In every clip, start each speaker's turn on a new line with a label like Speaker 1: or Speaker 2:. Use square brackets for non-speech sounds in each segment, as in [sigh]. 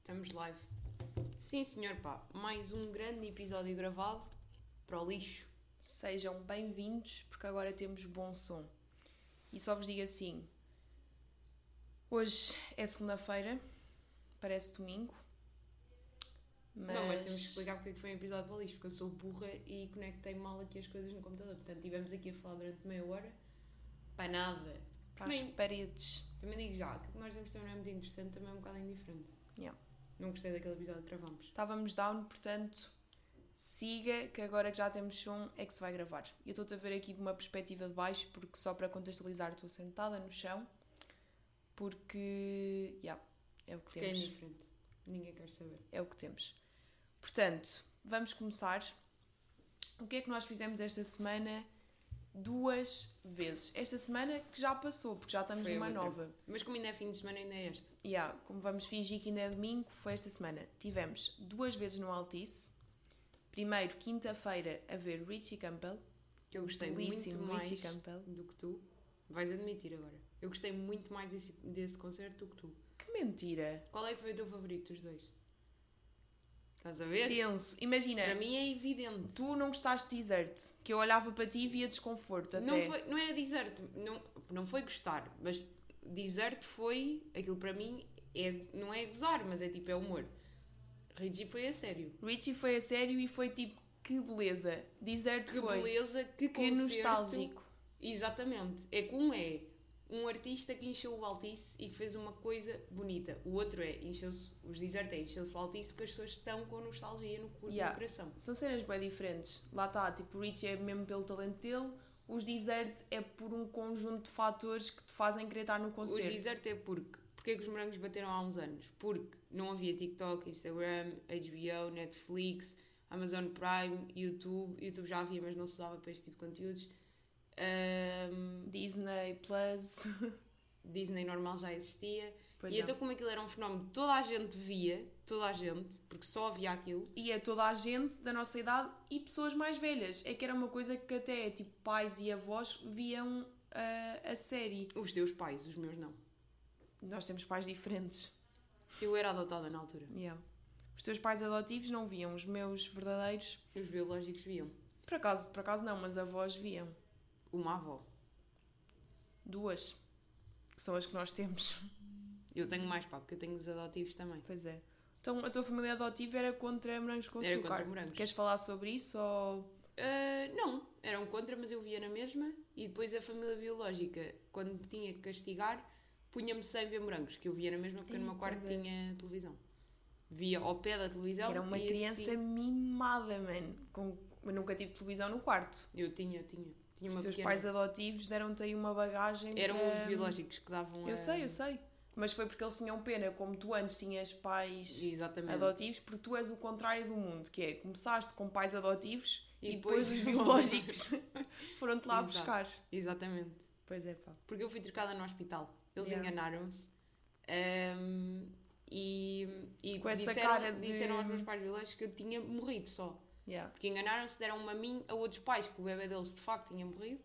Speaker 1: Estamos live. Sim, senhor, pá. Mais um grande episódio gravado para o lixo.
Speaker 2: Sejam bem-vindos, porque agora temos bom som. E só vos digo assim: hoje é segunda-feira, parece domingo, mas.
Speaker 1: Não, mas temos que explicar porque é que foi um episódio para o lixo, porque eu sou burra e conectei mal aqui as coisas no computador. Portanto, estivemos aqui a falar durante meia hora para nada.
Speaker 2: para as
Speaker 1: Também,
Speaker 2: paredes.
Speaker 1: também digo já, aquilo que nós temos também não é muito interessante, também é um bocado indiferente.
Speaker 2: Yeah.
Speaker 1: Não gostei daquele episódio que gravamos.
Speaker 2: Estávamos down, portanto, siga que agora que já temos som é que se vai gravar. Eu estou-te a ver aqui de uma perspectiva de baixo, porque só para contextualizar, estou sentada no chão, porque. Yeah, é o que
Speaker 1: Porque
Speaker 2: temos.
Speaker 1: é indiferente. Ninguém quer saber.
Speaker 2: é o que temos. Portanto, vamos começar. O que é que nós fizemos esta semana? Duas vezes. Esta semana que já passou, porque já estamos
Speaker 1: Foi a
Speaker 2: numa
Speaker 1: outra.
Speaker 2: nova.
Speaker 1: Mas como ainda é fim de semana, ainda é este.
Speaker 2: Yeah, como vamos fingir que ainda é domingo, foi esta semana. Tivemos duas vezes no Altice. Primeiro, quinta-feira, a ver Richie Campbell.
Speaker 1: Que eu gostei
Speaker 2: Belíssimo
Speaker 1: muito mais.
Speaker 2: Richie Campbell.
Speaker 1: do que tu, vais admitir agora. Eu gostei muito mais desse, desse concerto do que tu.
Speaker 2: Que mentira!
Speaker 1: Qual é que foi o teu favorito dos dois? Estás a ver?
Speaker 2: Tenso. Imagina,
Speaker 1: É. Para mim é evidente.
Speaker 2: tu não gostaste de Desert, que eu olhava para ti e via desconforto até.
Speaker 1: Não, foi, não era desert, não, não foi gostar, mas desert foi, aquilo para mim, é, não é gozar, mas é tipo, é humor. Reggie foi a sério.
Speaker 2: Richie foi a sério e foi tipo, que beleza! Desert
Speaker 1: Que
Speaker 2: foi.
Speaker 1: beleza, que,
Speaker 2: Que
Speaker 1: concerto.
Speaker 2: nostálgico.
Speaker 1: Exatamente. É que um é um artista que encheu o Altice e que fez uma coisa bonita. O outro é encheu-se, os desertos é encheu-se o Altice porque as pessoas estão com nostalgia no, cu-
Speaker 2: Yeah.
Speaker 1: no coração.
Speaker 2: São cenas bem diferentes. Lá está, tipo, o Richie é mesmo pelo talento dele, os Desert é por um conjunto de fatores que te fazem querer estar no
Speaker 1: Os
Speaker 2: concerto.
Speaker 1: desertos é porque. Porquê que os morangos bateram há uns anos? Porque não havia TikTok, Instagram, HBO, Netflix, Amazon Prime, YouTube. YouTube já havia, mas não se usava para este tipo de conteúdos. Ahm,
Speaker 2: Disney
Speaker 1: [laughs]
Speaker 2: Plus.
Speaker 1: Disney normal já existia.
Speaker 2: Pois
Speaker 1: e
Speaker 2: é.
Speaker 1: então, como aquilo era um fenómeno que toda a gente via, toda a gente, porque só havia aquilo,
Speaker 2: E é toda a gente da nossa idade e pessoas mais velhas. É que era uma coisa que até tipo pais e avós viam ah, a série.
Speaker 1: Os teus pais, os meus não.
Speaker 2: Nós temos pais diferentes.
Speaker 1: Eu era adotada na altura.
Speaker 2: Yeah. Os teus pais adotivos não viam, os meus verdadeiros.
Speaker 1: Os biológicos viam.
Speaker 2: Por acaso, por acaso não, mas avós viam.
Speaker 1: Uma avó.
Speaker 2: Duas. Que são as que nós temos. [laughs]
Speaker 1: Eu tenho mais, pá, porque eu tenho os adotivos também.
Speaker 2: Pois é. Então a tua família adotiva era contra morangos com
Speaker 1: Era
Speaker 2: açúcar.
Speaker 1: contra morangos.
Speaker 2: Queres falar sobre isso ou.
Speaker 1: Ah, não, eram contra, mas eu via na mesma. E depois a família biológica, quando me tinha que castigar, punha-me sem ver morangos, que eu via na mesma porque
Speaker 2: Ih,
Speaker 1: no meu quarto
Speaker 2: pois é.
Speaker 1: tinha televisão. Via ao pé da televisão.
Speaker 2: que era uma
Speaker 1: e
Speaker 2: criança
Speaker 1: assim-
Speaker 2: mimada, mano. Com... Eu nunca tive televisão no quarto.
Speaker 1: Eu tinha, tinha. Tinha uma
Speaker 2: Os teus
Speaker 1: pequena.
Speaker 2: pais adotivos deram-te aí uma bagagem.
Speaker 1: Eram
Speaker 2: para-
Speaker 1: os biológicos é? que davam a...
Speaker 2: Eu sei, eu sei. Mas foi porque eles tinham pena, como tu antes tinhas pais
Speaker 1: Exatamente.
Speaker 2: adotivos, porque tu és o contrário do mundo, que é começaste com pais adotivos
Speaker 1: E
Speaker 2: e, depois
Speaker 1: [laughs] depois-
Speaker 2: os biológicos [laughs] foram-te lá
Speaker 1: Exato.
Speaker 2: buscar.
Speaker 1: Exatamente.
Speaker 2: Pois é, pá.
Speaker 1: porque eu fui trocada no hospital. Eles
Speaker 2: Yeah.
Speaker 1: enganaram-se. Ahm, e e
Speaker 2: Com essa
Speaker 1: disseram,
Speaker 2: cara de-
Speaker 1: disseram aos meus pais biológicos que eu tinha morrido só.
Speaker 2: Yeah.
Speaker 1: Porque enganaram-se, deram-me a mim, a outros pais, que o bebê deles de facto tinha morrido,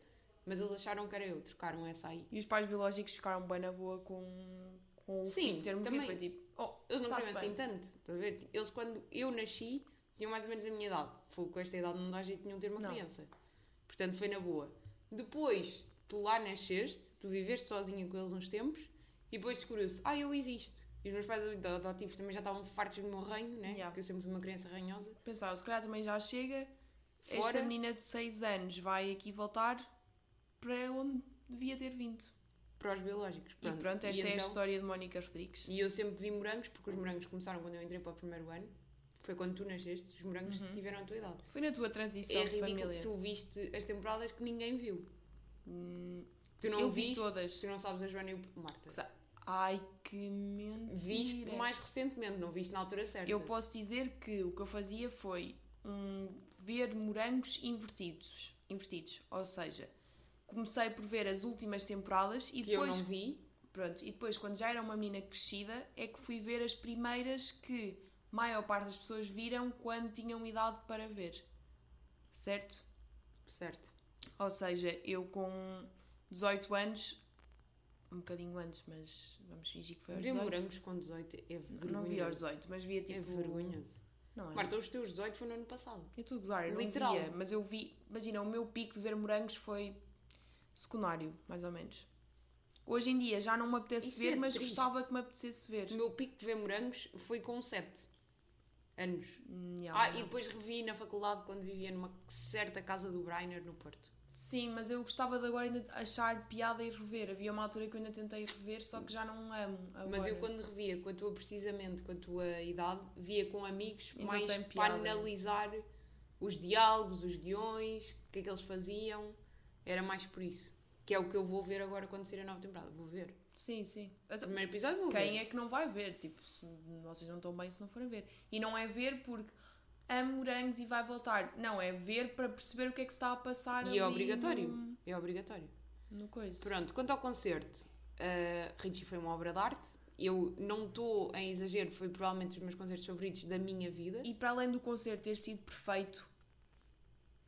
Speaker 1: mas eles acharam que era eu, trocaram essa aí.
Speaker 2: E os pais biológicos ficaram bem na boa com, com o
Speaker 1: Sim,
Speaker 2: filho ter morrido.
Speaker 1: também.
Speaker 2: Foi tipo, oh,
Speaker 1: Eles não
Speaker 2: Tá-se
Speaker 1: queriam assim tanto, estás a ver? Eles, quando eu nasci, tinham mais ou menos a minha idade. Foi com esta idade não dá jeito nenhum ter uma
Speaker 2: Não.
Speaker 1: criança. Portanto, foi na boa. Depois, tu lá nasceste, tu viveste sozinha com eles uns tempos, e depois descobriu-se, ah, eu existo. E os meus pais ad- adotivos também já estavam fartos do meu reino, né?
Speaker 2: Yeah.
Speaker 1: Porque eu sempre fui uma criança ranhosa.
Speaker 2: pensaram, se calhar também já chega.
Speaker 1: Fora.
Speaker 2: Esta menina de 6 anos vai aqui voltar para onde devia ter vindo.
Speaker 1: Para os biológicos.
Speaker 2: E pronto, esta é a
Speaker 1: então-
Speaker 2: história de Mónica Rodrigues.
Speaker 1: E eu sempre vi morangos, porque os morangos começaram quando eu entrei para o primeiro ano. Foi quando tu nasceste, os morangos tiveram a tua idade.
Speaker 2: Foi na tua transição
Speaker 1: é
Speaker 2: de
Speaker 1: ridículo
Speaker 2: Uhum. família.
Speaker 1: que tu viste as temporadas que ninguém viu.
Speaker 2: Hum,
Speaker 1: Tu não
Speaker 2: eu vi
Speaker 1: viste,
Speaker 2: todas.
Speaker 1: tu não sabes a Joana e o Marta.
Speaker 2: Que sa- Ai, que mentira.
Speaker 1: Viste mais recentemente, não viste na altura certa.
Speaker 2: Eu posso dizer que o que eu fazia foi um, ver morangos invertidos. Invertidos. Ou seja, comecei por ver as últimas temporadas e
Speaker 1: que
Speaker 2: depois
Speaker 1: eu não vi.
Speaker 2: Pronto, e depois, quando já era uma menina crescida, é que fui ver as primeiras que a maior parte das pessoas viram quando tinham idade para ver. Certo?
Speaker 1: Certo.
Speaker 2: Ou seja, eu com 18 anos um bocadinho antes, mas vamos fingir que foi aos
Speaker 1: Ver
Speaker 2: 18.
Speaker 1: morangos com 18 é vergonhoso.
Speaker 2: Não vi aos 18, mas via tipo.
Speaker 1: É vergonhoso.
Speaker 2: Não era.
Speaker 1: Marta, os teus 18 foi no ano passado.
Speaker 2: Eu estou a gozar, eu não
Speaker 1: Literal.
Speaker 2: via, mas eu vi, imagina, o meu pico de ver morangos foi secundário, mais ou menos. Hoje em dia já não me apetece
Speaker 1: Isso
Speaker 2: ver,
Speaker 1: é
Speaker 2: mas
Speaker 1: triste.
Speaker 2: gostava que me apetecesse ver.
Speaker 1: O meu pico de ver morangos foi com 7 anos.
Speaker 2: Hum, yeah,
Speaker 1: Ah,
Speaker 2: não.
Speaker 1: e depois revi na faculdade quando vivia numa certa casa do Brainer no Porto.
Speaker 2: Sim, mas eu gostava de agora ainda achar piada e rever. Havia uma altura que eu ainda tentei rever, só que já não amo agora.
Speaker 1: Mas eu quando revia com a tua precisamente, com a tua idade, via com amigos
Speaker 2: Então
Speaker 1: mais
Speaker 2: tem
Speaker 1: para
Speaker 2: piada.
Speaker 1: analisar os diálogos, os guiões, o que é que eles faziam. Era mais por isso. Que é o que eu vou ver agora quando sair a nova temporada. Vou ver.
Speaker 2: Sim, sim. Então,
Speaker 1: Primeiro episódio vou ver.
Speaker 2: Quem é que não vai ver? Tipo, se vocês não estão bem se não forem ver. E não é ver porque amo morangos e vai voltar. Não, é ver para perceber o que é que se está a passar
Speaker 1: E
Speaker 2: ali
Speaker 1: é obrigatório.
Speaker 2: no,
Speaker 1: É obrigatório.
Speaker 2: no coisa.
Speaker 1: Pronto, quanto ao concerto, uh, Richie foi uma obra de arte. Eu não estou em exagero, foi provavelmente os meus concertos favoritos da minha vida.
Speaker 2: E para além do concerto ter sido perfeito,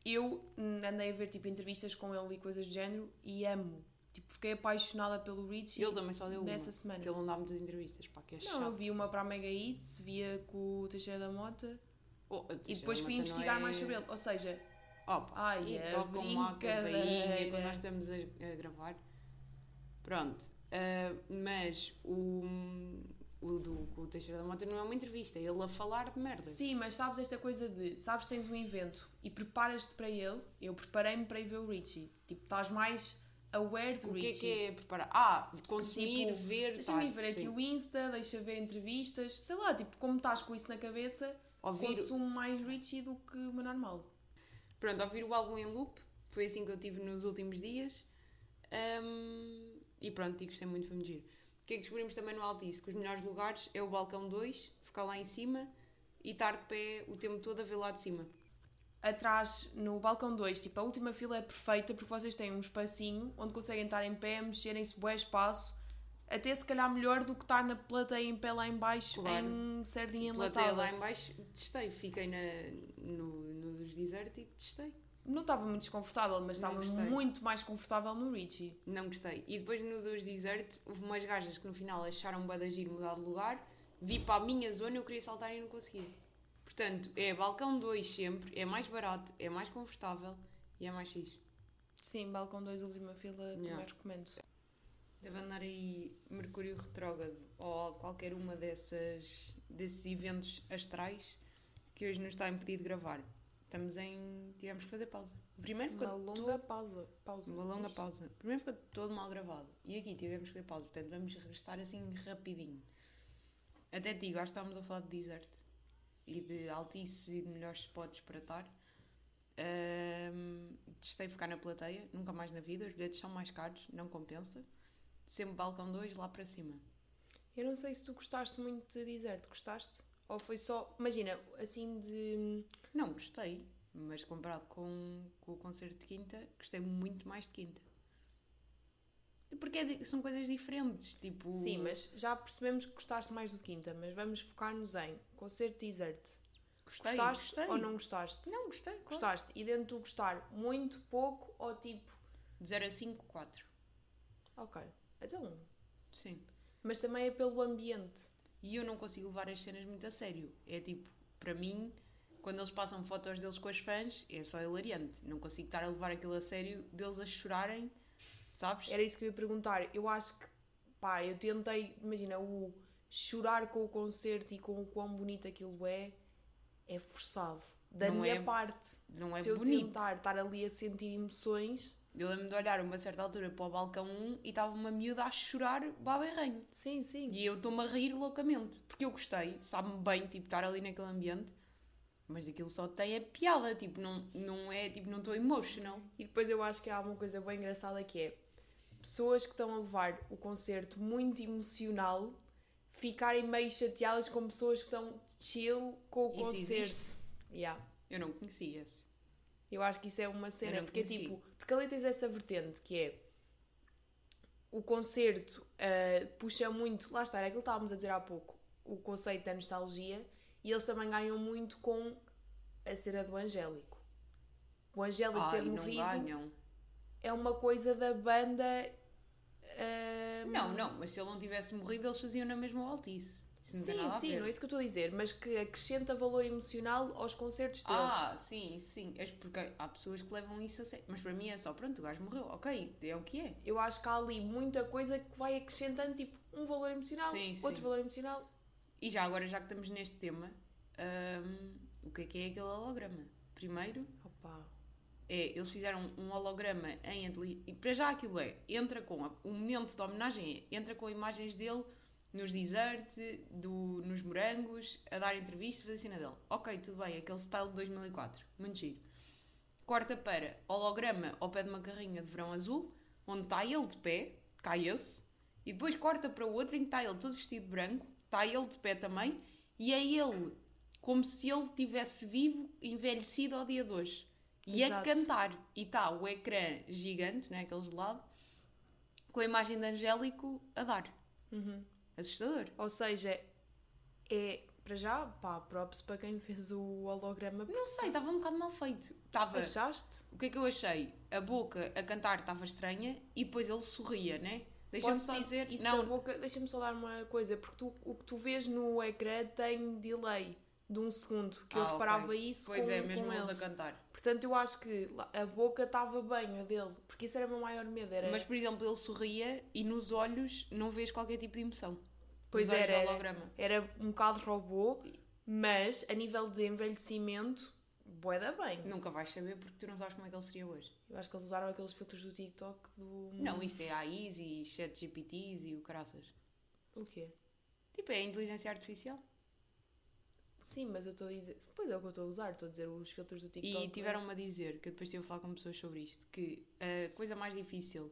Speaker 2: eu hum, andei a ver tipo entrevistas com ele e coisas do género e amo. Tipo, fiquei apaixonada pelo Richie.
Speaker 1: ele também só deu uma.
Speaker 2: nessa semana.
Speaker 1: Porque ele não dá muitas entrevistas, pá, que é
Speaker 2: Não,
Speaker 1: chato.
Speaker 2: eu vi uma para a Mega Hits, via com o Teixeira da Mota
Speaker 1: Oh, a Teixeira
Speaker 2: e depois
Speaker 1: da Mota
Speaker 2: fui
Speaker 1: não
Speaker 2: investigar
Speaker 1: é-
Speaker 2: mais sobre ele. Ou seja,
Speaker 1: Opa,
Speaker 2: Ai,
Speaker 1: e
Speaker 2: a
Speaker 1: tocam lá a campainha
Speaker 2: brincadeira.
Speaker 1: quando nós estamos a, a gravar. Pronto, ah, mas o, o do com o Teixeira da Mota não é uma entrevista, é ele a falar de merda.
Speaker 2: sim, mas sabes esta coisa de sabes que tens um evento e preparas-te para ele. Eu preparei-me para ir ver o Richie. Tipo, estás mais aware do
Speaker 1: O que é
Speaker 2: Richie.
Speaker 1: que é preparar? Ah, consumir,
Speaker 2: Tipo,
Speaker 1: ver,
Speaker 2: Deixa-me
Speaker 1: tá,
Speaker 2: ver aqui
Speaker 1: sim.
Speaker 2: o Insta, deixa ver entrevistas, sei lá, tipo, como estás com isso na cabeça,
Speaker 1: ouvir,
Speaker 2: consumo mais Richie do que o meu normal.
Speaker 1: Pronto, ouvir o álbum em loop, foi assim que eu tive nos últimos dias. Ahm, e pronto, e gostei muito, foi muito giro. O que é que descobrimos também no Altice? Que os melhores lugares é o balcão 2, ficar lá em cima e estar de pé o tempo todo a ver lá de cima.
Speaker 2: atrás no balcão 2, tipo, a última fila é perfeita porque vocês têm um espacinho onde conseguem estar em pé, mexerem-se bué espaço, até se calhar melhor do que estar na plateia em pé lá em baixo
Speaker 1: Claro.
Speaker 2: em sardinha
Speaker 1: Platei é lá
Speaker 2: enlatada.
Speaker 1: em baixo, testei, fiquei na, no, no dos desert e testei.
Speaker 2: Não estava muito desconfortável, mas
Speaker 1: Não
Speaker 2: estava
Speaker 1: gostei.
Speaker 2: muito mais confortável no Richie.
Speaker 1: Não gostei. E depois no dos desert houve umas gajas que no final acharam bué de giro mudar de lugar, vi para a minha zona eu queria saltar e não conseguia. Portanto, é balcão 2 sempre, é mais barato, é mais confortável e é mais fixe.
Speaker 2: Sim, balcão 2, última fila,
Speaker 1: Yeah.
Speaker 2: também recomendo.
Speaker 1: Deve andar aí Mercúrio Retrógrado ou qualquer uma dessas, desses eventos astrais que hoje nos está impedido de gravar. Estamos em. Tivemos que fazer pausa. Primeiro ficou
Speaker 2: Uma longa pausa. pausa.
Speaker 1: Uma longa pausa. Primeiro ficou todo mal gravado. E aqui tivemos que ter pausa, portanto vamos regressar assim rapidinho. Até te digo, acho que estávamos a falar de desert e de altice e de melhores spots para estar. Ahm, testei ficar na plateia, nunca mais na vida, os bilhetes são mais caros, não compensa. Sempre balcão 2 lá para cima.
Speaker 2: Eu não sei se tu gostaste muito de dizer-te, gostaste? Ou foi só, imagina, assim de.
Speaker 1: Não, gostei, mas comparado com, com o concerto de quinta, gostei muito mais de quinta. Porque é di- são coisas diferentes, tipo...
Speaker 2: Sim, mas já percebemos que gostaste mais do de quinta, mas vamos focar-nos em concerto teaser-te.
Speaker 1: gostei,
Speaker 2: Gostaste
Speaker 1: gostei.
Speaker 2: ou não gostaste?
Speaker 1: Não, gostei. claro.
Speaker 2: Gostaste. E dentro do gostar, muito, pouco ou tipo,
Speaker 1: De 0 a 5, 4.
Speaker 2: ok, então.
Speaker 1: Sim.
Speaker 2: Mas também é pelo ambiente.
Speaker 1: E eu não consigo levar as cenas muito a sério. É tipo, para mim, quando eles passam fotos deles com os fãs, é só hilariante. Não consigo estar a levar aquilo a sério deles a chorarem, sabes?
Speaker 2: Era isso que eu ia perguntar. Eu acho que, pá, eu tentei, imagina, o chorar com o concerto e com o quão bonito aquilo é, é forçado. Da
Speaker 1: Não
Speaker 2: minha
Speaker 1: é
Speaker 2: parte.
Speaker 1: Não é
Speaker 2: Se eu
Speaker 1: bonito.
Speaker 2: tentar estar ali a sentir emoções,
Speaker 1: Eu lembro de olhar a uma certa altura para o balcão 1 e estava uma miúda a chorar baberranho.
Speaker 2: sim, sim.
Speaker 1: E eu estou-me a rir loucamente, porque eu gostei, sabe-me bem, tipo, estar ali naquele ambiente, mas aquilo só tem é piada, tipo, não, não é, tipo, não estou emotional.
Speaker 2: E depois eu acho que há uma coisa bem engraçada que é pessoas que estão a levar o concerto muito emocional ficarem meio chateadas com pessoas que estão chill com o
Speaker 1: Isso
Speaker 2: concerto. Yeah.
Speaker 1: Eu não conhecia esse.
Speaker 2: Eu acho que isso é uma cena,
Speaker 1: não
Speaker 2: porque é
Speaker 1: conhecia.
Speaker 2: tipo, porque ali tens essa vertente que é o concerto ah, puxa muito, lá está, era aquilo que estávamos a dizer há pouco, o conceito da nostalgia, e eles também ganham muito com a cena do Angélico. O Angélico
Speaker 1: Ah,
Speaker 2: ter
Speaker 1: e não
Speaker 2: morrido
Speaker 1: ganham.
Speaker 2: é uma coisa da banda Ahm,
Speaker 1: Não, não, mas se ele não tivesse morrido, eles faziam na mesma altice. Isso não tem
Speaker 2: Sim,
Speaker 1: nada a
Speaker 2: sim,
Speaker 1: ver.
Speaker 2: não é isso que eu estou a dizer, mas que acrescenta valor emocional aos concertos deles.
Speaker 1: Ah, sim, sim. É porque há pessoas que levam isso a sério. Mas para mim é só, pronto, o gajo morreu. Ok, é o que é.
Speaker 2: Eu acho que há ali muita coisa que vai acrescentando, tipo, um valor emocional,
Speaker 1: Sim,
Speaker 2: outro
Speaker 1: sim.
Speaker 2: valor emocional.
Speaker 1: E já agora, já que estamos neste tema, hum, o que é que é aquele holograma? Primeiro,
Speaker 2: Opa.
Speaker 1: é, eles fizeram um holograma em inteli- e Para já aquilo é, entra com a- o momento de homenagem, é, entra com imagens dele nos desert, do, nos morangos, a dar entrevistas, fazer cena dele. Ok, tudo bem, aquele style de 2004, muito giro. Corta para holograma ao pé de uma carrinha de verão azul, onde está ele de pé, cai esse, e depois corta para o outro em que está ele todo vestido de branco, está ele de pé também, e é ele como se ele tivesse vivo, envelhecido ao dia de hoje. E
Speaker 2: Exato.
Speaker 1: a cantar. E está o ecrã gigante, né, aqueles de lado, com a imagem de Angélico a dar.
Speaker 2: Uhum.
Speaker 1: Assustador.
Speaker 2: Ou seja, é, para já, pá, props para quem fez o holograma.
Speaker 1: Não sei, estava um bocado mal feito. Estava.
Speaker 2: Achaste?
Speaker 1: O que é que eu achei? A boca a cantar estava estranha e depois ele sorria, né? Deixa-me
Speaker 2: Posso
Speaker 1: só
Speaker 2: di-
Speaker 1: dizer.
Speaker 2: Isso da
Speaker 1: Não,
Speaker 2: boca, deixa-me só dar uma coisa, porque tu- o que tu vês no ecrã tem delay de um segundo, que eu
Speaker 1: Ah, ok.
Speaker 2: reparava isso
Speaker 1: pois
Speaker 2: com,
Speaker 1: é, mesmo
Speaker 2: com
Speaker 1: eles
Speaker 2: eles.
Speaker 1: a cantar.
Speaker 2: Portanto, eu acho que lá- a boca estava bem, a dele, porque isso era o meu maior medo, era...
Speaker 1: Mas, por exemplo, ele sorria e nos olhos não vês qualquer tipo de emoção.
Speaker 2: Pois
Speaker 1: nos olhos
Speaker 2: era,
Speaker 1: do
Speaker 2: era.
Speaker 1: holograma.
Speaker 2: era um bocado robô, mas a nível de envelhecimento, boeda bem.
Speaker 1: Nunca vais saber porque tu não sabes como é que ele seria hoje.
Speaker 2: Eu acho que eles usaram aqueles filtros do TikTok do.
Speaker 1: Não, isto é AIs e ChatGPTs e o caraças.
Speaker 2: O quê?
Speaker 1: Tipo, é a inteligência artificial.
Speaker 2: Sim, mas eu estou a dizer. Pois é o que eu estou a usar, estou a dizer os filtros do TikTok. né?
Speaker 1: E tiveram-me a dizer, que eu depois estive a falar com pessoas sobre isto, que a coisa mais difícil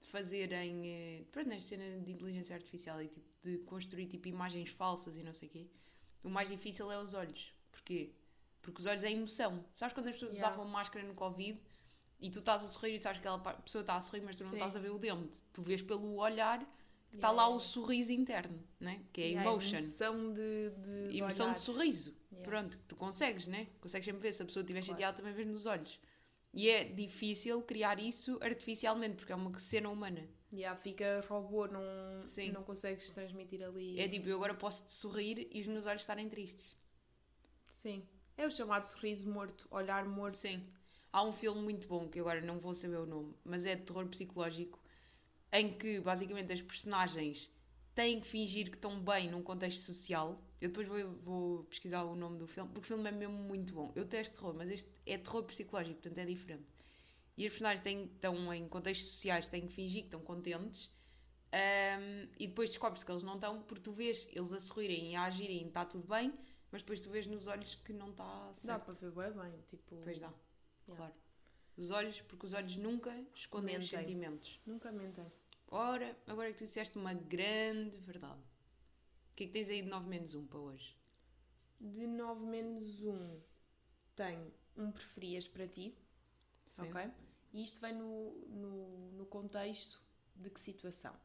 Speaker 1: de fazer em. eh, Pronto, nesta cena de inteligência artificial e tipo, de construir tipo, imagens falsas e não sei o quê, o mais difícil é os olhos. Porquê? Porque os olhos é emoção. Sabes quando as pessoas
Speaker 2: Yeah.
Speaker 1: usavam máscara no Covid e tu estás a sorrir e sabes que aquela pa- pessoa está a sorrir, mas tu não
Speaker 2: Sim.
Speaker 1: estás a ver o dente. Tu vês pelo olhar que está
Speaker 2: Yeah,
Speaker 1: lá
Speaker 2: yeah,
Speaker 1: o sorriso interno, né? que é
Speaker 2: Yeah,
Speaker 1: emotion.
Speaker 2: Emoção de. de de
Speaker 1: Emoção de
Speaker 2: olhares.
Speaker 1: sorriso.
Speaker 2: Yeah.
Speaker 1: Pronto, que tu consegues, né? Consegues sempre ver. Se a pessoa estiver
Speaker 2: Claro.
Speaker 1: chateada, também vês nos olhos. E é difícil criar isso artificialmente, porque é uma cena humana.
Speaker 2: Yeah, fica robô, não,
Speaker 1: Sim.
Speaker 2: não consegues transmitir ali.
Speaker 1: É tipo, eu agora posso te sorrir e os meus olhos estarem tristes.
Speaker 2: Sim. É o chamado sorriso morto, olhar morto.
Speaker 1: Sim. Há um filme muito bom, que agora não vou saber o nome, mas é de terror psicológico, em que basicamente as personagens têm que fingir que estão bem num contexto social. Eu depois vou, vou pesquisar o nome do filme, porque o filme é mesmo muito bom. Eu testo terror, mas este é terror psicológico, portanto é diferente. E as personagens têm, estão em contextos sociais, têm que fingir que estão contentes. ahm, e depois descobre-se que eles não estão, porque tu vês eles a sorrirem e a agirem, está tudo bem, mas depois tu vês nos olhos que não está certo.
Speaker 2: Dá para ver bem, bem, tipo.
Speaker 1: Pois dá,
Speaker 2: Yeah.
Speaker 1: claro. Os olhos, porque os olhos nunca escondem os
Speaker 2: Mentem.
Speaker 1: sentimentos.
Speaker 2: Nunca mentem.
Speaker 1: Ora, agora é que tu disseste uma grande verdade. O que é que tens aí de 9 menos 1 para hoje?
Speaker 2: De 9 menos 1 tenho um preferias para ti,
Speaker 1: Sim.
Speaker 2: ok? E isto vem no, no, no contexto de que situação?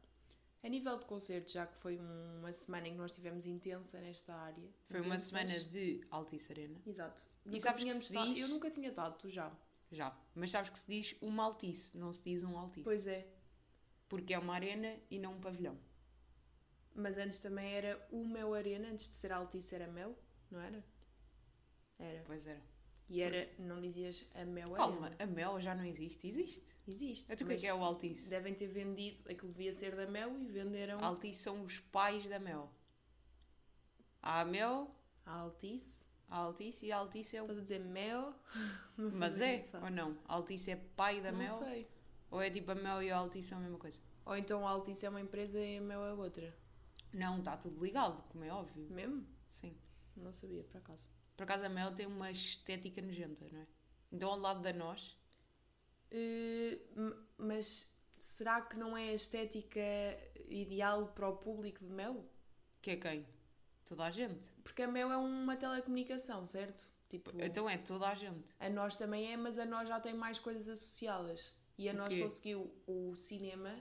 Speaker 2: A nível de concertos, já que foi um- uma semana em que nós tivemos intensa nesta área.
Speaker 1: Foi uma
Speaker 2: intensas.
Speaker 1: semana de Altice Arena.
Speaker 2: Exato.
Speaker 1: E
Speaker 2: Nunca
Speaker 1: sabes que
Speaker 2: tínhamos
Speaker 1: se
Speaker 2: estado-
Speaker 1: diz-
Speaker 2: Eu nunca tinha estado, tu já.
Speaker 1: Já. Mas sabes que se diz uma Altice, não se diz um Altice.
Speaker 2: Pois é.
Speaker 1: Porque é uma arena e não um pavilhão.
Speaker 2: Mas antes também era o meu arena, antes de ser Altice era meu, não era? Era.
Speaker 1: Pois era.
Speaker 2: E era, não dizias a meu
Speaker 1: Calma,
Speaker 2: arena.
Speaker 1: a Mel já não existe. Existe.
Speaker 2: Existe.
Speaker 1: Então o que é
Speaker 2: mas
Speaker 1: que é o Altice?
Speaker 2: Devem ter vendido, aquilo devia ser da Mel e venderam a
Speaker 1: Altice são os pais da Mel. Há a Mel,
Speaker 2: Altice.
Speaker 1: a Altice e a Altice é o...
Speaker 2: Estás a dizer Mel? [laughs] Não
Speaker 1: Mas
Speaker 2: fazia
Speaker 1: é,
Speaker 2: essa.
Speaker 1: ou não? Altice é pai da
Speaker 2: Uhum. Não
Speaker 1: Mel?
Speaker 2: sei.
Speaker 1: Ou é tipo a Mel e a Altice são a mesma coisa?
Speaker 2: Ou então a Altice é uma empresa e a Mel é outra.
Speaker 1: Não, está tudo ligado, como é óbvio.
Speaker 2: Mesmo?
Speaker 1: Sim.
Speaker 2: Não sabia, por acaso.
Speaker 1: Por acaso a Mel tem uma estética nojenta, não é? Então ao lado da nós,
Speaker 2: Eh, m- mas será que não é a estética ideal para o público de Mel?
Speaker 1: que é quem? Toda a gente.
Speaker 2: Porque a Mel é uma telecomunicação, certo? Tipo,
Speaker 1: Então é toda a gente.
Speaker 2: a nós também é, mas a nós já tem mais coisas associadas. E a
Speaker 1: O
Speaker 2: nós
Speaker 1: quê?
Speaker 2: conseguiu o cinema.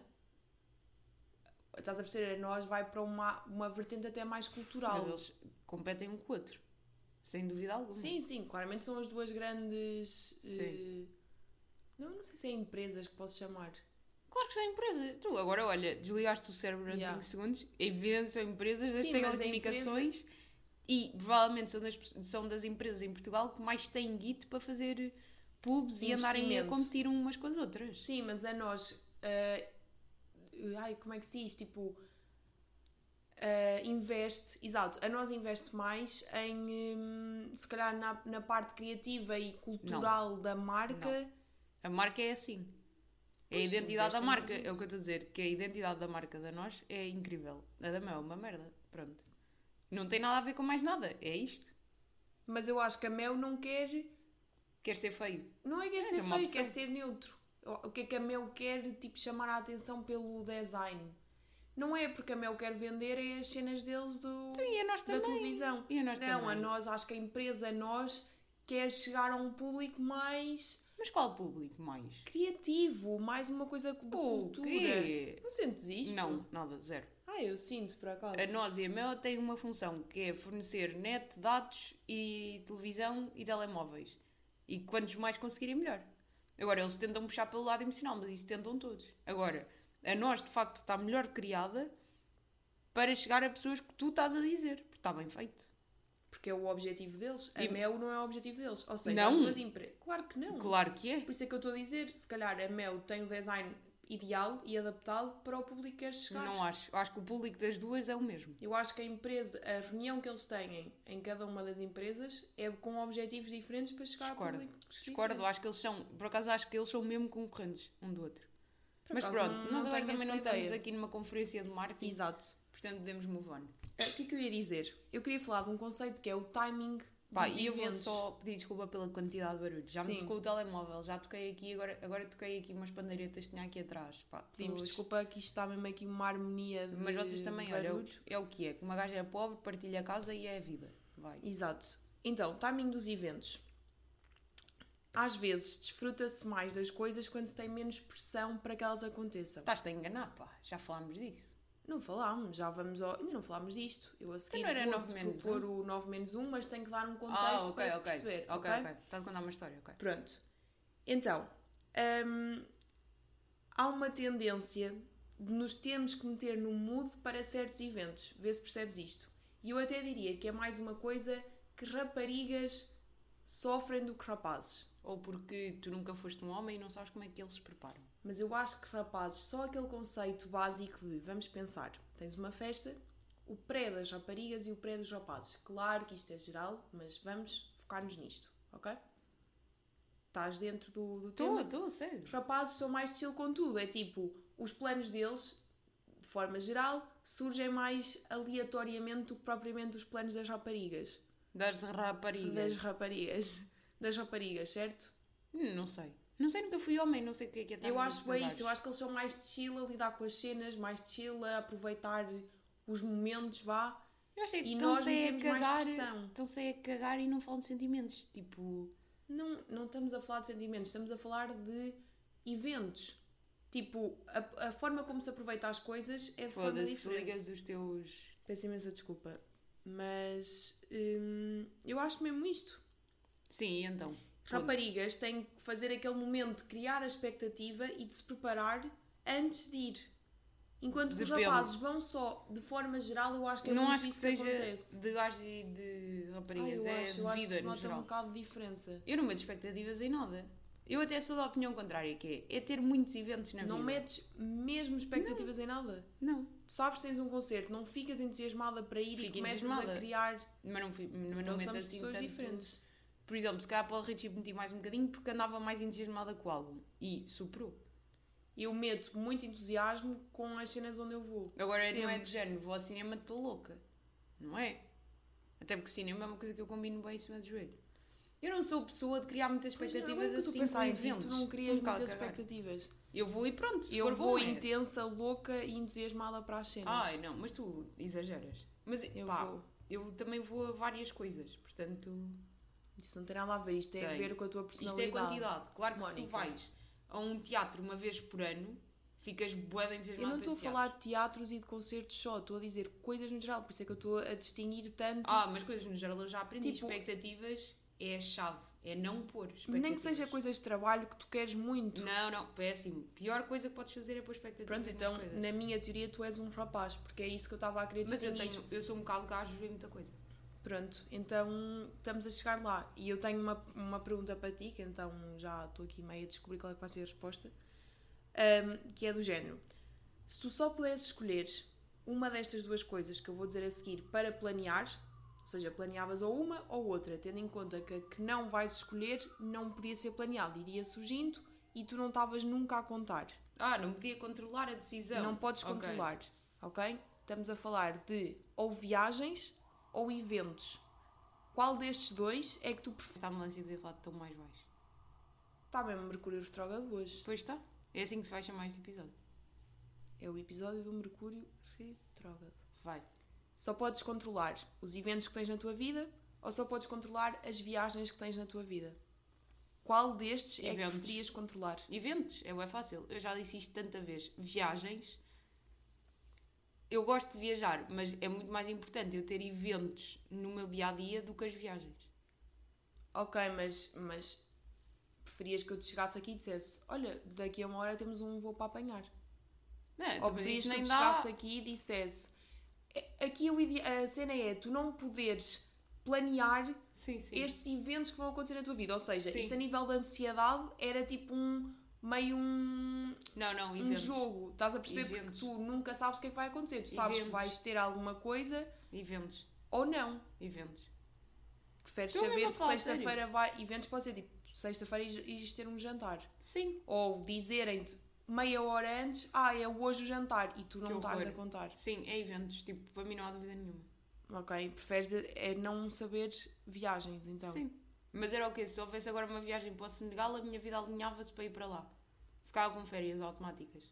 Speaker 2: Estás a perceber? A nós vai para uma, uma vertente até mais cultural.
Speaker 1: Mas eles competem um com o outro. Sem dúvida alguma.
Speaker 2: Sim, sim, claramente são as duas grandes. eh, não, não sei se é empresas que posso chamar.
Speaker 1: Claro que são empresas. Tu agora, olha, desligaste o cérebro durante 5
Speaker 2: Yeah.
Speaker 1: segundos, é evidente são empresas das
Speaker 2: Sim, mas a
Speaker 1: telecomunicações e provavelmente são das, são das empresas em Portugal que mais têm guito para fazer pubs e andarem a
Speaker 2: Investimento.
Speaker 1: competir umas com as outras.
Speaker 2: Sim, mas a nós. eh, ai, como é que se diz? Tipo. eh, investe, exato, a nós investe mais em hum, se calhar na, na parte criativa e cultural da marca.
Speaker 1: A marca é assim. É a
Speaker 2: Pois,
Speaker 1: identidade da
Speaker 2: investem
Speaker 1: marca,
Speaker 2: muito
Speaker 1: é o
Speaker 2: nisso.
Speaker 1: que eu estou a dizer, que a identidade da marca da nós é incrível. A da Mel é uma merda. Pronto. Não tem nada a ver com mais nada. É isto.
Speaker 2: Mas eu acho que a Mel não quer,
Speaker 1: Quer ser feio.
Speaker 2: não é quer
Speaker 1: Essa é
Speaker 2: ser
Speaker 1: uma
Speaker 2: feio,
Speaker 1: opção.
Speaker 2: quer ser neutro. O que é que a Mel quer, tipo, chamar a atenção pelo design? Não é porque a Mel quer vender é as cenas deles do,
Speaker 1: E a nós
Speaker 2: da
Speaker 1: também.
Speaker 2: televisão.
Speaker 1: E a nós
Speaker 2: Não, a
Speaker 1: também.
Speaker 2: nós, acho que a empresa, a nós, quer chegar a um público mais
Speaker 1: Mas qual público mais?
Speaker 2: criativo, mais uma coisa de
Speaker 1: O
Speaker 2: cultura.
Speaker 1: quê?
Speaker 2: Não sentes isto?
Speaker 1: Não, nada, zero.
Speaker 2: Ah, eu sinto, por acaso.
Speaker 1: A nós e a Mel têm uma função que é fornecer net, dados e televisão e telemóveis. E quantos mais conseguirem, melhor. Agora, eles tentam puxar pelo lado emocional, mas isso tentam todos. Agora, a nós de facto está melhor criada para chegar a pessoas que tu estás a dizer, porque está bem feito.
Speaker 2: Porque é o objetivo deles. A
Speaker 1: E-
Speaker 2: Mel não é o objetivo deles. Ou seja,
Speaker 1: Não.
Speaker 2: as duas empresas. Claro que não.
Speaker 1: Claro que é.
Speaker 2: Por isso é que eu estou a dizer, se calhar a Mel tem o design ideal e adaptá-lo para o público que quer chegar.
Speaker 1: Não acho. Acho que o público das duas é o mesmo.
Speaker 2: Eu acho que a empresa, a reunião que eles têm em cada uma das empresas é com objetivos diferentes para chegar
Speaker 1: Discordo.
Speaker 2: a públicos
Speaker 1: Discordo,
Speaker 2: diferentes.
Speaker 1: acho que eles são, por acaso acho que eles são mesmo concorrentes um do outro.
Speaker 2: Por
Speaker 1: Mas
Speaker 2: acaso,
Speaker 1: pronto,
Speaker 2: não-
Speaker 1: nós
Speaker 2: não
Speaker 1: agora
Speaker 2: tenho
Speaker 1: também
Speaker 2: essa
Speaker 1: não estamos
Speaker 2: ideia.
Speaker 1: aqui numa conferência de marketing,
Speaker 2: Exato.
Speaker 1: portanto podemos move on.
Speaker 2: Ah, O que é que eu ia dizer? Eu queria falar de um conceito que é o timing
Speaker 1: Pá,
Speaker 2: dos
Speaker 1: e eu vou
Speaker 2: eventos.
Speaker 1: só pedir desculpa pela quantidade de barulho. Já me
Speaker 2: Sim.
Speaker 1: tocou o telemóvel, já toquei aqui, agora, agora toquei aqui umas pandeiretas que tinha aqui atrás. Pá,
Speaker 2: Pedimos
Speaker 1: todos.
Speaker 2: desculpa que isto está mesmo aqui uma harmonia de
Speaker 1: Mas vocês também,
Speaker 2: de
Speaker 1: olha, é o-
Speaker 2: barulho.
Speaker 1: é o que é. que Uma gaja é pobre, partilha a casa e é a vida. Vai.
Speaker 2: Exato. Então, timing dos eventos. Às vezes, desfruta-se mais das coisas quando se tem menos pressão para que elas aconteçam.
Speaker 1: Estás-te a enganar, pá. Já falámos disso.
Speaker 2: Não falámos, já vamos ao... Ainda não falámos disto. Eu a seguir
Speaker 1: não era
Speaker 2: vou
Speaker 1: 9 menos um.
Speaker 2: propor o 9 menos 1, mas tenho que dar um contexto
Speaker 1: Ah, ok,
Speaker 2: para se
Speaker 1: ok.
Speaker 2: perceber.
Speaker 1: ok,
Speaker 2: ok?
Speaker 1: ok. Estás a contar uma história, ok.
Speaker 2: Pronto. Então, hum, há uma tendência de nos termos que meter no mood para certos eventos. Vê se percebes isto. E eu até diria que é mais uma coisa que raparigas sofrem do que rapazes.
Speaker 1: Ou porque tu nunca foste um homem e não sabes como é que eles se preparam.
Speaker 2: Mas eu acho que rapazes, só aquele conceito básico de vamos pensar, tens uma festa, o pré das raparigas e o pré dos rapazes. Claro que isto é geral, mas vamos focar-nos nisto, ok? Estás dentro do, do tema?
Speaker 1: Estou, estou, sério.
Speaker 2: Os rapazes são mais chill com tudo. É tipo, os planos deles, de forma geral, surgem mais aleatoriamente do que propriamente os planos das raparigas.
Speaker 1: Das raparigas.
Speaker 2: Das raparigas. Das raparigas, certo?
Speaker 1: Hum, Não sei. Não sei, nunca fui homem, não sei o que é que é estar
Speaker 2: eu
Speaker 1: no
Speaker 2: acho
Speaker 1: grupo
Speaker 2: bem
Speaker 1: de
Speaker 2: isto. Eu
Speaker 1: gajos.
Speaker 2: acho que eles são mais de chill a lidar com as cenas, mais de chill a aproveitar os momentos, vá.
Speaker 1: Eu achei que
Speaker 2: E
Speaker 1: estão
Speaker 2: nós
Speaker 1: sem a
Speaker 2: metemos mais
Speaker 1: cagar.
Speaker 2: pressão.
Speaker 1: Estão-se a cagar e não falam de sentimentos. Tipo,
Speaker 2: Não, não estamos a falar de sentimentos, estamos a falar de eventos. Tipo, a, a forma como se aproveita as coisas é de forma
Speaker 1: foda-se,
Speaker 2: diferente.
Speaker 1: ligas os teus.
Speaker 2: Peço imensa desculpa, mas hum, eu acho mesmo isto.
Speaker 1: Sim, e então. Ponto.
Speaker 2: Raparigas têm que fazer aquele momento de criar a expectativa e de se preparar antes de ir. Enquanto que os
Speaker 1: Depende.
Speaker 2: rapazes vão só, de forma geral, eu acho que é
Speaker 1: não
Speaker 2: muito
Speaker 1: acho que
Speaker 2: isso
Speaker 1: seja
Speaker 2: acontece.
Speaker 1: de gajos e de
Speaker 2: Ah,
Speaker 1: raparigas,
Speaker 2: eu
Speaker 1: é
Speaker 2: acho, eu acho que
Speaker 1: vida
Speaker 2: se
Speaker 1: no
Speaker 2: nota um
Speaker 1: geral.
Speaker 2: bocado de diferença.
Speaker 1: Eu não meto expectativas em nada. Eu até sou da opinião contrária, que é, é ter muitos eventos na
Speaker 2: não
Speaker 1: vida.
Speaker 2: metes mesmo expectativas em nada.
Speaker 1: Não,
Speaker 2: Tu sabes que tens um concerto, não ficas entusiasmada para ir
Speaker 1: Fico
Speaker 2: e começas
Speaker 1: entusiasmada.
Speaker 2: a criar.
Speaker 1: mas não, fui, mas não
Speaker 2: Então
Speaker 1: meto
Speaker 2: somos
Speaker 1: assim
Speaker 2: pessoas
Speaker 1: tanto-
Speaker 2: diferentes.
Speaker 1: Por exemplo, se calhar para o Richie meti mais um bocadinho porque andava mais entusiasmada com o álbum. E superou.
Speaker 2: Eu meto muito entusiasmo com as cenas onde eu vou.
Speaker 1: Agora não é
Speaker 2: Sempre.
Speaker 1: de género, vou ao cinema, estou louca. Não é? Até porque cinema é uma coisa que eu combino bem em cima do joelho. Eu não sou pessoa de criar muitas
Speaker 2: Pois não,
Speaker 1: expectativas
Speaker 2: agora que eu estou a
Speaker 1: assim
Speaker 2: pensar
Speaker 1: com
Speaker 2: em ti,
Speaker 1: eventos.
Speaker 2: tu não crias
Speaker 1: Estou um bocado
Speaker 2: muitas
Speaker 1: a cagar.
Speaker 2: expectativas.
Speaker 1: Eu vou e pronto, se
Speaker 2: Eu
Speaker 1: for bom,
Speaker 2: vou
Speaker 1: é.
Speaker 2: intensa, louca e entusiasmada para as cenas.
Speaker 1: Ai, não, mas tu exageras. Mas
Speaker 2: eu
Speaker 1: pá,
Speaker 2: vou.
Speaker 1: eu também vou a várias coisas, portanto,
Speaker 2: Isso não tem nada a ver, isto tem, a
Speaker 1: Tem.
Speaker 2: ver com a tua
Speaker 1: isto é
Speaker 2: personalidade.
Speaker 1: quantidade. Claro que se tu
Speaker 2: Mónica.
Speaker 1: vais a um teatro uma vez por ano, ficas boa de
Speaker 2: Eu
Speaker 1: entusiasmada
Speaker 2: não
Speaker 1: para
Speaker 2: estou a
Speaker 1: esse
Speaker 2: falar
Speaker 1: teatro.
Speaker 2: de teatros e de concertos só, estou a dizer coisas no geral, por isso é que eu estou a distinguir tanto.
Speaker 1: Ah, mas coisas no geral eu já aprendi.
Speaker 2: Tipo-
Speaker 1: Expectativas é a chave. É não pôr.
Speaker 2: Nem que seja
Speaker 1: expectativas.
Speaker 2: coisas de trabalho que tu queres muito.
Speaker 1: Não, não, péssimo. Pior coisa que podes fazer é pôr expectativas.
Speaker 2: Pronto,
Speaker 1: nas
Speaker 2: então,
Speaker 1: coisas.
Speaker 2: na minha teoria, tu és um rapaz, porque é isso que eu estava a querer
Speaker 1: Mas eu,
Speaker 2: distinguir.
Speaker 1: tenho, eu sou um bocado gajo, vejo muita coisa.
Speaker 2: Pronto, então estamos a chegar lá. E eu tenho uma, uma pergunta para ti, que então já estou aqui meio a descobrir qual é que vai ser a resposta, ahm, que é do género. Se tu só pudesses escolher uma destas duas coisas que eu vou dizer a seguir para planear, ou seja, planeavas ou uma ou outra, tendo em conta que a que não vais escolher não podia ser planeada, iria surgindo e tu não estavas nunca a contar.
Speaker 1: Ah, não podia controlar a decisão.
Speaker 2: Não podes
Speaker 1: Então, Ok.
Speaker 2: controlar, ok? Estamos a falar de ou viagens ou eventos. Qual destes dois é que tu preferes?
Speaker 1: Está-me a de errado tão mais baixo.
Speaker 2: Está mesmo Mercúrio retrógrado hoje.
Speaker 1: Pois está. É assim que se vai chamar este episódio.
Speaker 2: É o episódio do Mercúrio retrógrado.
Speaker 1: Vai.
Speaker 2: Só podes controlar os eventos que tens na tua vida ou só podes controlar as viagens que tens na tua vida. Qual destes é que
Speaker 1: Eventos.
Speaker 2: preferias controlar?
Speaker 1: Eventos, é bué fácil. Eu já disse isto tanta vez. Viagens. Eu gosto de viajar, mas é muito mais importante eu ter eventos no meu dia a dia do que as viagens.
Speaker 2: Ok, mas, mas preferias que eu te chegasse aqui e dissesse: Olha, daqui a uma hora temos um voo para apanhar.
Speaker 1: Não, é?
Speaker 2: Ou
Speaker 1: Mas
Speaker 2: preferias
Speaker 1: isso
Speaker 2: que eu
Speaker 1: nem
Speaker 2: te
Speaker 1: dá.
Speaker 2: chegasse aqui e dissesse "É- aqui o ide- a cena é tu não poderes planear
Speaker 1: Sim, sim.
Speaker 2: estes eventos que vão acontecer na tua vida. Ou seja,
Speaker 1: Sim.
Speaker 2: isto a nível de ansiedade era tipo um meio um,
Speaker 1: Não, não,
Speaker 2: um
Speaker 1: eventos.
Speaker 2: jogo. Estás a perceber? Porque
Speaker 1: Eventos.
Speaker 2: tu nunca sabes o que é que vai acontecer. Tu sabes que
Speaker 1: Eventos.
Speaker 2: vais ter alguma coisa
Speaker 1: Eventos.
Speaker 2: ou não.
Speaker 1: Eventos.
Speaker 2: Preferes
Speaker 1: Estou Então é mesmo a
Speaker 2: saber que
Speaker 1: falar
Speaker 2: sexta-feira vai. Eventos pode ser tipo sexta-feira ires- ires ter um jantar.
Speaker 1: Sim.
Speaker 2: Ou dizerem-te meia hora antes, ah, é hoje o jantar e tu não estás
Speaker 1: horror.
Speaker 2: a contar.
Speaker 1: Sim, é eventos. Tipo, para mim não há dúvida nenhuma.
Speaker 2: Ok, preferes é é não saber viagens, então.
Speaker 1: Sim. Mas era o quê? Se houvesse agora uma viagem para o Senegal, a minha vida alinhava-se para ir para lá. Ficava com férias automáticas.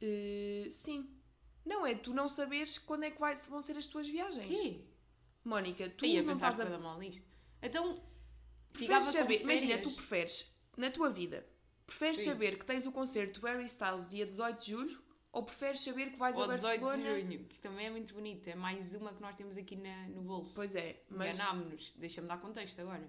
Speaker 2: Eh, sim. Não, é tu não saberes quando é que vai, se vão ser as tuas viagens.
Speaker 1: Quê?
Speaker 2: Mónica, tu
Speaker 1: Tu ia
Speaker 2: não
Speaker 1: pensar
Speaker 2: estás
Speaker 1: estás
Speaker 2: a...
Speaker 1: mal nisto. Então, ficava
Speaker 2: Preferes
Speaker 1: com
Speaker 2: saber, imagina,
Speaker 1: férias.
Speaker 2: tu preferes, na tua vida, preferes
Speaker 1: Sim.
Speaker 2: saber que tens o concerto do Harry Styles dia 18 de julho ou preferes saber que vais
Speaker 1: Ou
Speaker 2: a
Speaker 1: 18 de
Speaker 2: Barcelona?
Speaker 1: junho, que também é muito bonito. É mais uma que nós temos aqui na- no bolso.
Speaker 2: Pois é, mas...
Speaker 1: Enganámos-nos. Deixa-me dar contexto agora.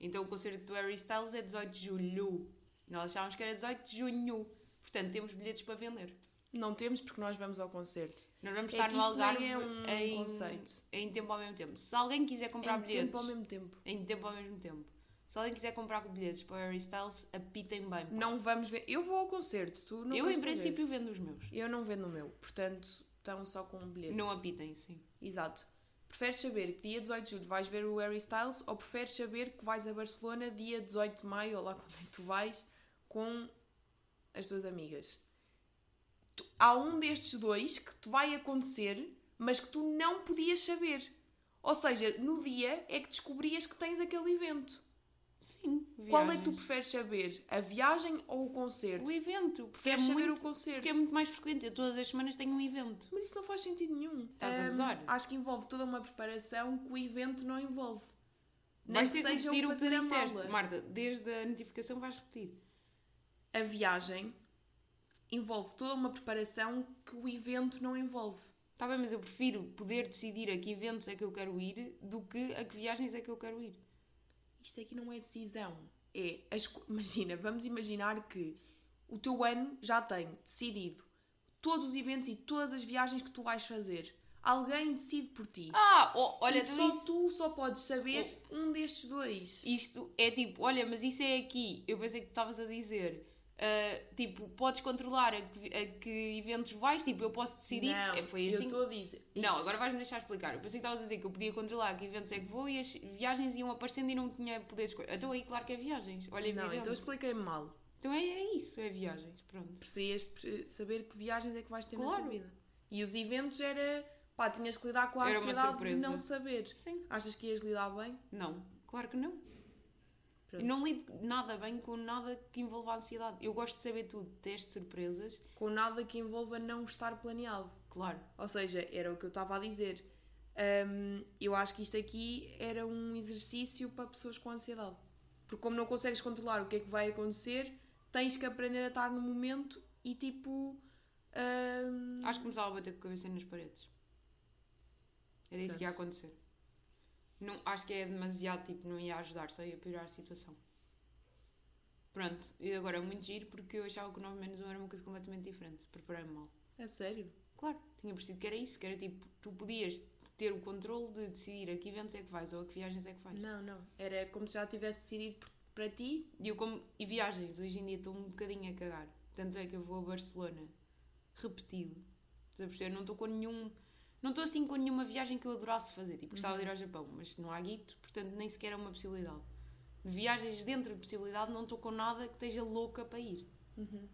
Speaker 1: Então, o concerto do Harry Styles é 18 de julho. Nós achámos que era 18 de junho. Portanto, temos bilhetes para vender.
Speaker 2: Não temos porque nós vamos ao concerto.
Speaker 1: Nós vamos
Speaker 2: É
Speaker 1: estar
Speaker 2: que
Speaker 1: no
Speaker 2: isto nem
Speaker 1: Algarve
Speaker 2: é um
Speaker 1: em,
Speaker 2: conceito.
Speaker 1: em tempo ao mesmo tempo. Se alguém quiser comprar
Speaker 2: Em
Speaker 1: bilhetes
Speaker 2: tempo ao mesmo tempo.
Speaker 1: em tempo ao mesmo tempo, se alguém quiser comprar bilhetes para o Harry Styles, apitem bem. pá.
Speaker 2: Não vamos ver... Eu vou ao concerto, tu não
Speaker 1: eu,
Speaker 2: queres
Speaker 1: em
Speaker 2: saber.
Speaker 1: princípio, vendo os meus.
Speaker 2: Eu não vendo o meu, portanto, estão só com um bilhete.
Speaker 1: Não apitem, sim.
Speaker 2: Exato. Preferes saber que dia 18 de julho vais ver o Harry Styles ou preferes saber que vais a Barcelona dia 18 de maio, ou lá [laughs] quando é que tu vais, com as tuas amigas? Tu- há um destes dois que te vai acontecer, mas que tu não podias saber. Ou seja, no dia é que descobrias que tens aquele evento.
Speaker 1: Sim.
Speaker 2: Qual é que tu
Speaker 1: viagens.
Speaker 2: preferes saber? A viagem ou o concerto?
Speaker 1: O evento. Porque é,
Speaker 2: Preferes saber
Speaker 1: muito,
Speaker 2: o concerto.
Speaker 1: porque é muito mais frequente. Eu todas as semanas tenho um evento.
Speaker 2: Mas isso não faz sentido nenhum.
Speaker 1: Estás a
Speaker 2: Ahm,
Speaker 1: gozar?
Speaker 2: acho que envolve toda uma preparação que o evento não envolve. Nem
Speaker 1: Vais ter
Speaker 2: que
Speaker 1: que
Speaker 2: seja
Speaker 1: repetir
Speaker 2: o
Speaker 1: o que tu
Speaker 2: fazer um a
Speaker 1: disseste.
Speaker 2: mala.
Speaker 1: Marta, desde a notificação vais repetir.
Speaker 2: A viagem envolve toda uma preparação que o evento não envolve.
Speaker 1: Está Tá bem, mas eu prefiro poder decidir a que eventos é que eu quero ir do que a que viagens é que eu quero ir.
Speaker 2: Isto aqui não é decisão. É, as co- imagina, vamos imaginar que o teu ano já tem decidido todos os eventos e todas as viagens que tu vais fazer. Alguém decide por ti.
Speaker 1: Ah, oh, olha, Oh.
Speaker 2: e
Speaker 1: tu
Speaker 2: só
Speaker 1: disse-
Speaker 2: tu só podes saber um destes dois.
Speaker 1: Isto é tipo, olha, mas isso é aqui. Eu pensei que tu estavas a dizer. ah, tipo, podes controlar a que, a que eventos vais, tipo, eu posso decidir.
Speaker 2: Não,
Speaker 1: é, foi assim.
Speaker 2: eu estou a dizer.
Speaker 1: Não, agora vais-me deixar explicar. Eu pensei que estavas a dizer que eu podia controlar a que eventos é que vou e as viagens iam aparecendo e não tinha poder escolher. Então aí, claro que é viagens. Olha, é
Speaker 2: Não,
Speaker 1: evidente.
Speaker 2: então expliquei-me mal.
Speaker 1: Então é, é isso, é viagens. Pronto.
Speaker 2: Preferias pre- saber que viagens é que vais ter na
Speaker 1: Claro.
Speaker 2: tua vida. E os eventos era. pá, tinhas que lidar com a
Speaker 1: Era uma
Speaker 2: ansiedade de
Speaker 1: surpresa.
Speaker 2: não saber.
Speaker 1: Sim.
Speaker 2: Achas que ias lidar bem?
Speaker 1: Não, claro que não. Eu
Speaker 2: Pronto.
Speaker 1: não lido nada bem com nada que envolva ansiedade. Eu gosto de saber tudo, teste surpresas,
Speaker 2: Com nada que envolva não estar planeado.
Speaker 1: claro.
Speaker 2: Ou seja, era o que eu estava a dizer. Hum, eu acho que isto aqui era um exercício para pessoas com ansiedade. Porque como não consegues controlar o que é que vai acontecer, tens que aprender a estar no momento e tipo. hum,
Speaker 1: Acho que começava a bater com a cabeça nas paredes. Era isso que ia acontecer. Não, acho que é demasiado, tipo, não ia ajudar, só ia piorar a situação. Pronto, e agora muito giro porque eu achava que o 9 menos 1 era uma coisa completamente diferente. Preparei-me mal.
Speaker 2: É sério?
Speaker 1: Claro, tinha percebido que era isso, que era tipo, tu podias ter o controle de decidir a que eventos é que vais ou a que viagens é que vais.
Speaker 2: Não, não. Era como se já tivesse decidido por- para ti.
Speaker 1: E eu como, e viagens, hoje em dia estou um bocadinho a cagar. Tanto é que eu vou a Barcelona, repetido. Estás a perceber? Não estou com nenhum, não estou assim com nenhuma viagem que eu adorasse fazer. Tipo, gostava de ir ao
Speaker 2: Uhum.
Speaker 1: Japão, mas não há guito, portanto nem sequer é uma possibilidade. Viagens dentro de possibilidade, não estou com nada que esteja louca para ir. Uhum.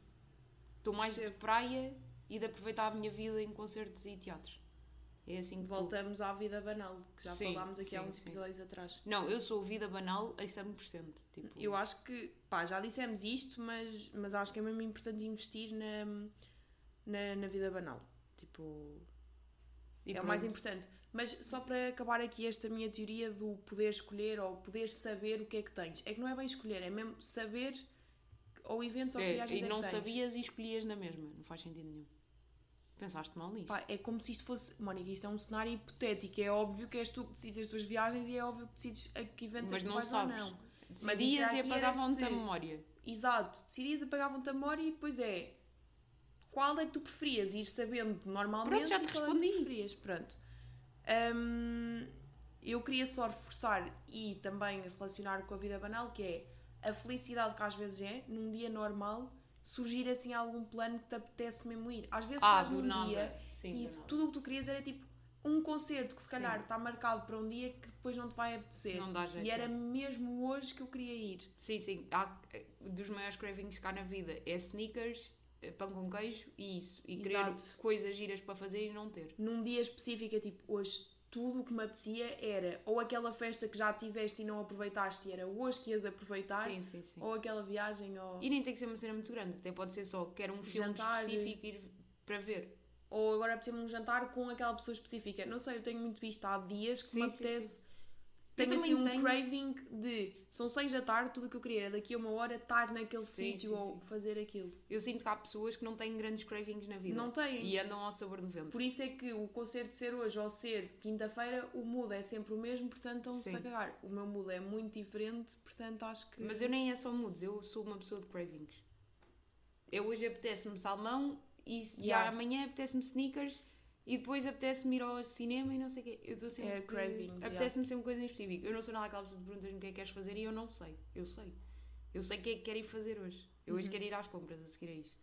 Speaker 1: Estou mais de
Speaker 2: Percebo.
Speaker 1: praia e de aproveitar a minha vida em concertos e teatros. É assim que estou.
Speaker 2: Voltamos à vida banal, que já
Speaker 1: Sim,
Speaker 2: falámos aqui há
Speaker 1: sim,
Speaker 2: uns
Speaker 1: sim.
Speaker 2: episódios atrás.
Speaker 1: Não, eu sou vida banal a 100%. Tipo,
Speaker 2: Eu acho que, pá, já dissemos isto, mas, mas acho que é mesmo importante investir na, na, na vida banal. Tipo,
Speaker 1: e
Speaker 2: é o mais
Speaker 1: pronto.
Speaker 2: importante. Mas só para acabar aqui esta minha teoria do poder escolher ou poder saber o que é que tens. É que não é bem escolher, é mesmo saber ou eventos ou
Speaker 1: É,
Speaker 2: viagens
Speaker 1: e
Speaker 2: é
Speaker 1: não
Speaker 2: que tens.
Speaker 1: sabias e escolhias na mesma. Não faz sentido nenhum. Pensaste mal nisto.
Speaker 2: Pá, é como se isto fosse. Mónica, isto é um cenário hipotético. É óbvio que és tu que decides as tuas viagens e é óbvio que decides a que eventos
Speaker 1: Mas
Speaker 2: é que tu
Speaker 1: não
Speaker 2: vais
Speaker 1: sabes.
Speaker 2: ou não. Mas isto
Speaker 1: Decidias
Speaker 2: aqui
Speaker 1: e
Speaker 2: era
Speaker 1: apagavam-te a
Speaker 2: se-
Speaker 1: memória.
Speaker 2: Exato, decidias, apagavam-te a memória e depois é. Qual é que tu preferias? Ir sabendo normalmente
Speaker 1: Pronto, já te
Speaker 2: e qual é que tu
Speaker 1: respondi.
Speaker 2: preferias? Pronto. Hum, eu queria só reforçar e também relacionar com a vida banal, que é a felicidade que às vezes é, num dia normal, surgir assim algum plano que te apetece mesmo ir. Às vezes
Speaker 1: Ah,
Speaker 2: estás
Speaker 1: do
Speaker 2: num
Speaker 1: nada.
Speaker 2: um dia
Speaker 1: Sim,
Speaker 2: e
Speaker 1: do nada.
Speaker 2: tudo o que tu querias era tipo um concerto que se calhar
Speaker 1: Sim.
Speaker 2: está marcado para um dia que depois não te vai apetecer.
Speaker 1: Não dá jeito,
Speaker 2: e era
Speaker 1: não.
Speaker 2: mesmo hoje que eu queria ir.
Speaker 1: Sim, sim. Há, eh, dos maiores cravings que há na vida é sneakers, eh, pão com queijo e isso. E querer
Speaker 2: Exato.
Speaker 1: coisas giras para fazer e não ter.
Speaker 2: num dia específico, é tipo, hoje tudo o que me apetecia era ou aquela festa que já tiveste e não aproveitaste e era hoje que ias aproveitar,
Speaker 1: Sim, sim, sim.
Speaker 2: ou aquela viagem, ou,
Speaker 1: E nem tem que ser uma cena muito grande. Até pode ser só quero um filme
Speaker 2: Jantar eh, e-
Speaker 1: específico ir para ver.
Speaker 2: ou agora apetecia-me um jantar com aquela pessoa específica. Não sei, eu tenho muito visto há dias que
Speaker 1: Sim,
Speaker 2: me
Speaker 1: sim,
Speaker 2: apetece.
Speaker 1: Eu
Speaker 2: Tenho assim
Speaker 1: também
Speaker 2: um
Speaker 1: tenho.
Speaker 2: craving de são seis da tarde, tudo o que eu queria era daqui a uma hora estar naquele
Speaker 1: Sim,
Speaker 2: sítio
Speaker 1: sim,
Speaker 2: ou
Speaker 1: sim.
Speaker 2: fazer aquilo.
Speaker 1: Eu sinto que há pessoas que não têm grandes cravings na vida.
Speaker 2: Não têm.
Speaker 1: é. E andam ao sabor do vento.
Speaker 2: Por isso é que o concerto ser hoje ou ser quinta-feira, o mood é sempre o mesmo, portanto estão-se
Speaker 1: Sim.
Speaker 2: a cagar. O meu mood é muito diferente, portanto acho que.
Speaker 1: Mas eu nem é só moods, eu sou uma pessoa de cravings. Eu hoje apetece-me salmão e, e
Speaker 2: Yeah.
Speaker 1: amanhã apetece-me sneakers e depois apetece-me ir ao cinema e não sei o quê. Eu estou sempre.
Speaker 2: É,
Speaker 1: que-
Speaker 2: cravings, yeah.
Speaker 1: Apetece-me sempre coisa em específico. Eu não sou nada aquela pessoa de perguntas-me o que é que queres fazer e eu não sei. Eu sei. Eu sei o que é que quero ir fazer hoje. Eu
Speaker 2: Uhum.
Speaker 1: hoje quero ir às compras a seguir a isto.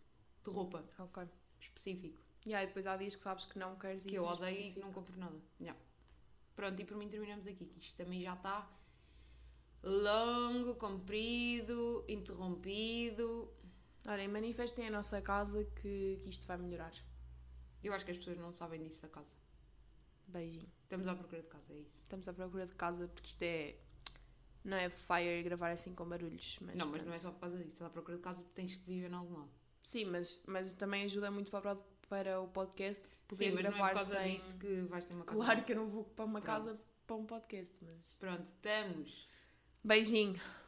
Speaker 1: De roupa,
Speaker 2: Ok.
Speaker 1: específico.
Speaker 2: Yeah, e depois há dias que sabes que não queres
Speaker 1: Que
Speaker 2: isso
Speaker 1: eu
Speaker 2: em
Speaker 1: odeio e que
Speaker 2: específico.
Speaker 1: não compro nada. Yeah. Pronto, e por mim terminamos aqui, que isto também já está longo, comprido, interrompido.
Speaker 2: Olhem, manifestem a nossa casa que, que isto vai melhorar.
Speaker 1: Eu acho que as pessoas não sabem disso da casa.
Speaker 2: Beijinho.
Speaker 1: Estamos à procura de casa, é isso.
Speaker 2: Estamos à procura de casa porque isto é. Não é fire gravar assim com barulhos, mas.
Speaker 1: não, mas não é
Speaker 2: pronto.
Speaker 1: só por causa disso. Estás à procura de casa porque tens que viver em algum lado.
Speaker 2: Sim, mas, mas também ajuda muito para, o prod- para o podcast poder
Speaker 1: Sim, mas não é
Speaker 2: gravar
Speaker 1: por causa
Speaker 2: sem.
Speaker 1: disso que vais ter uma casa.
Speaker 2: Claro que eu não vou para uma
Speaker 1: Pronto.
Speaker 2: casa para um podcast, mas.
Speaker 1: Pronto, estamos.
Speaker 2: Beijinho.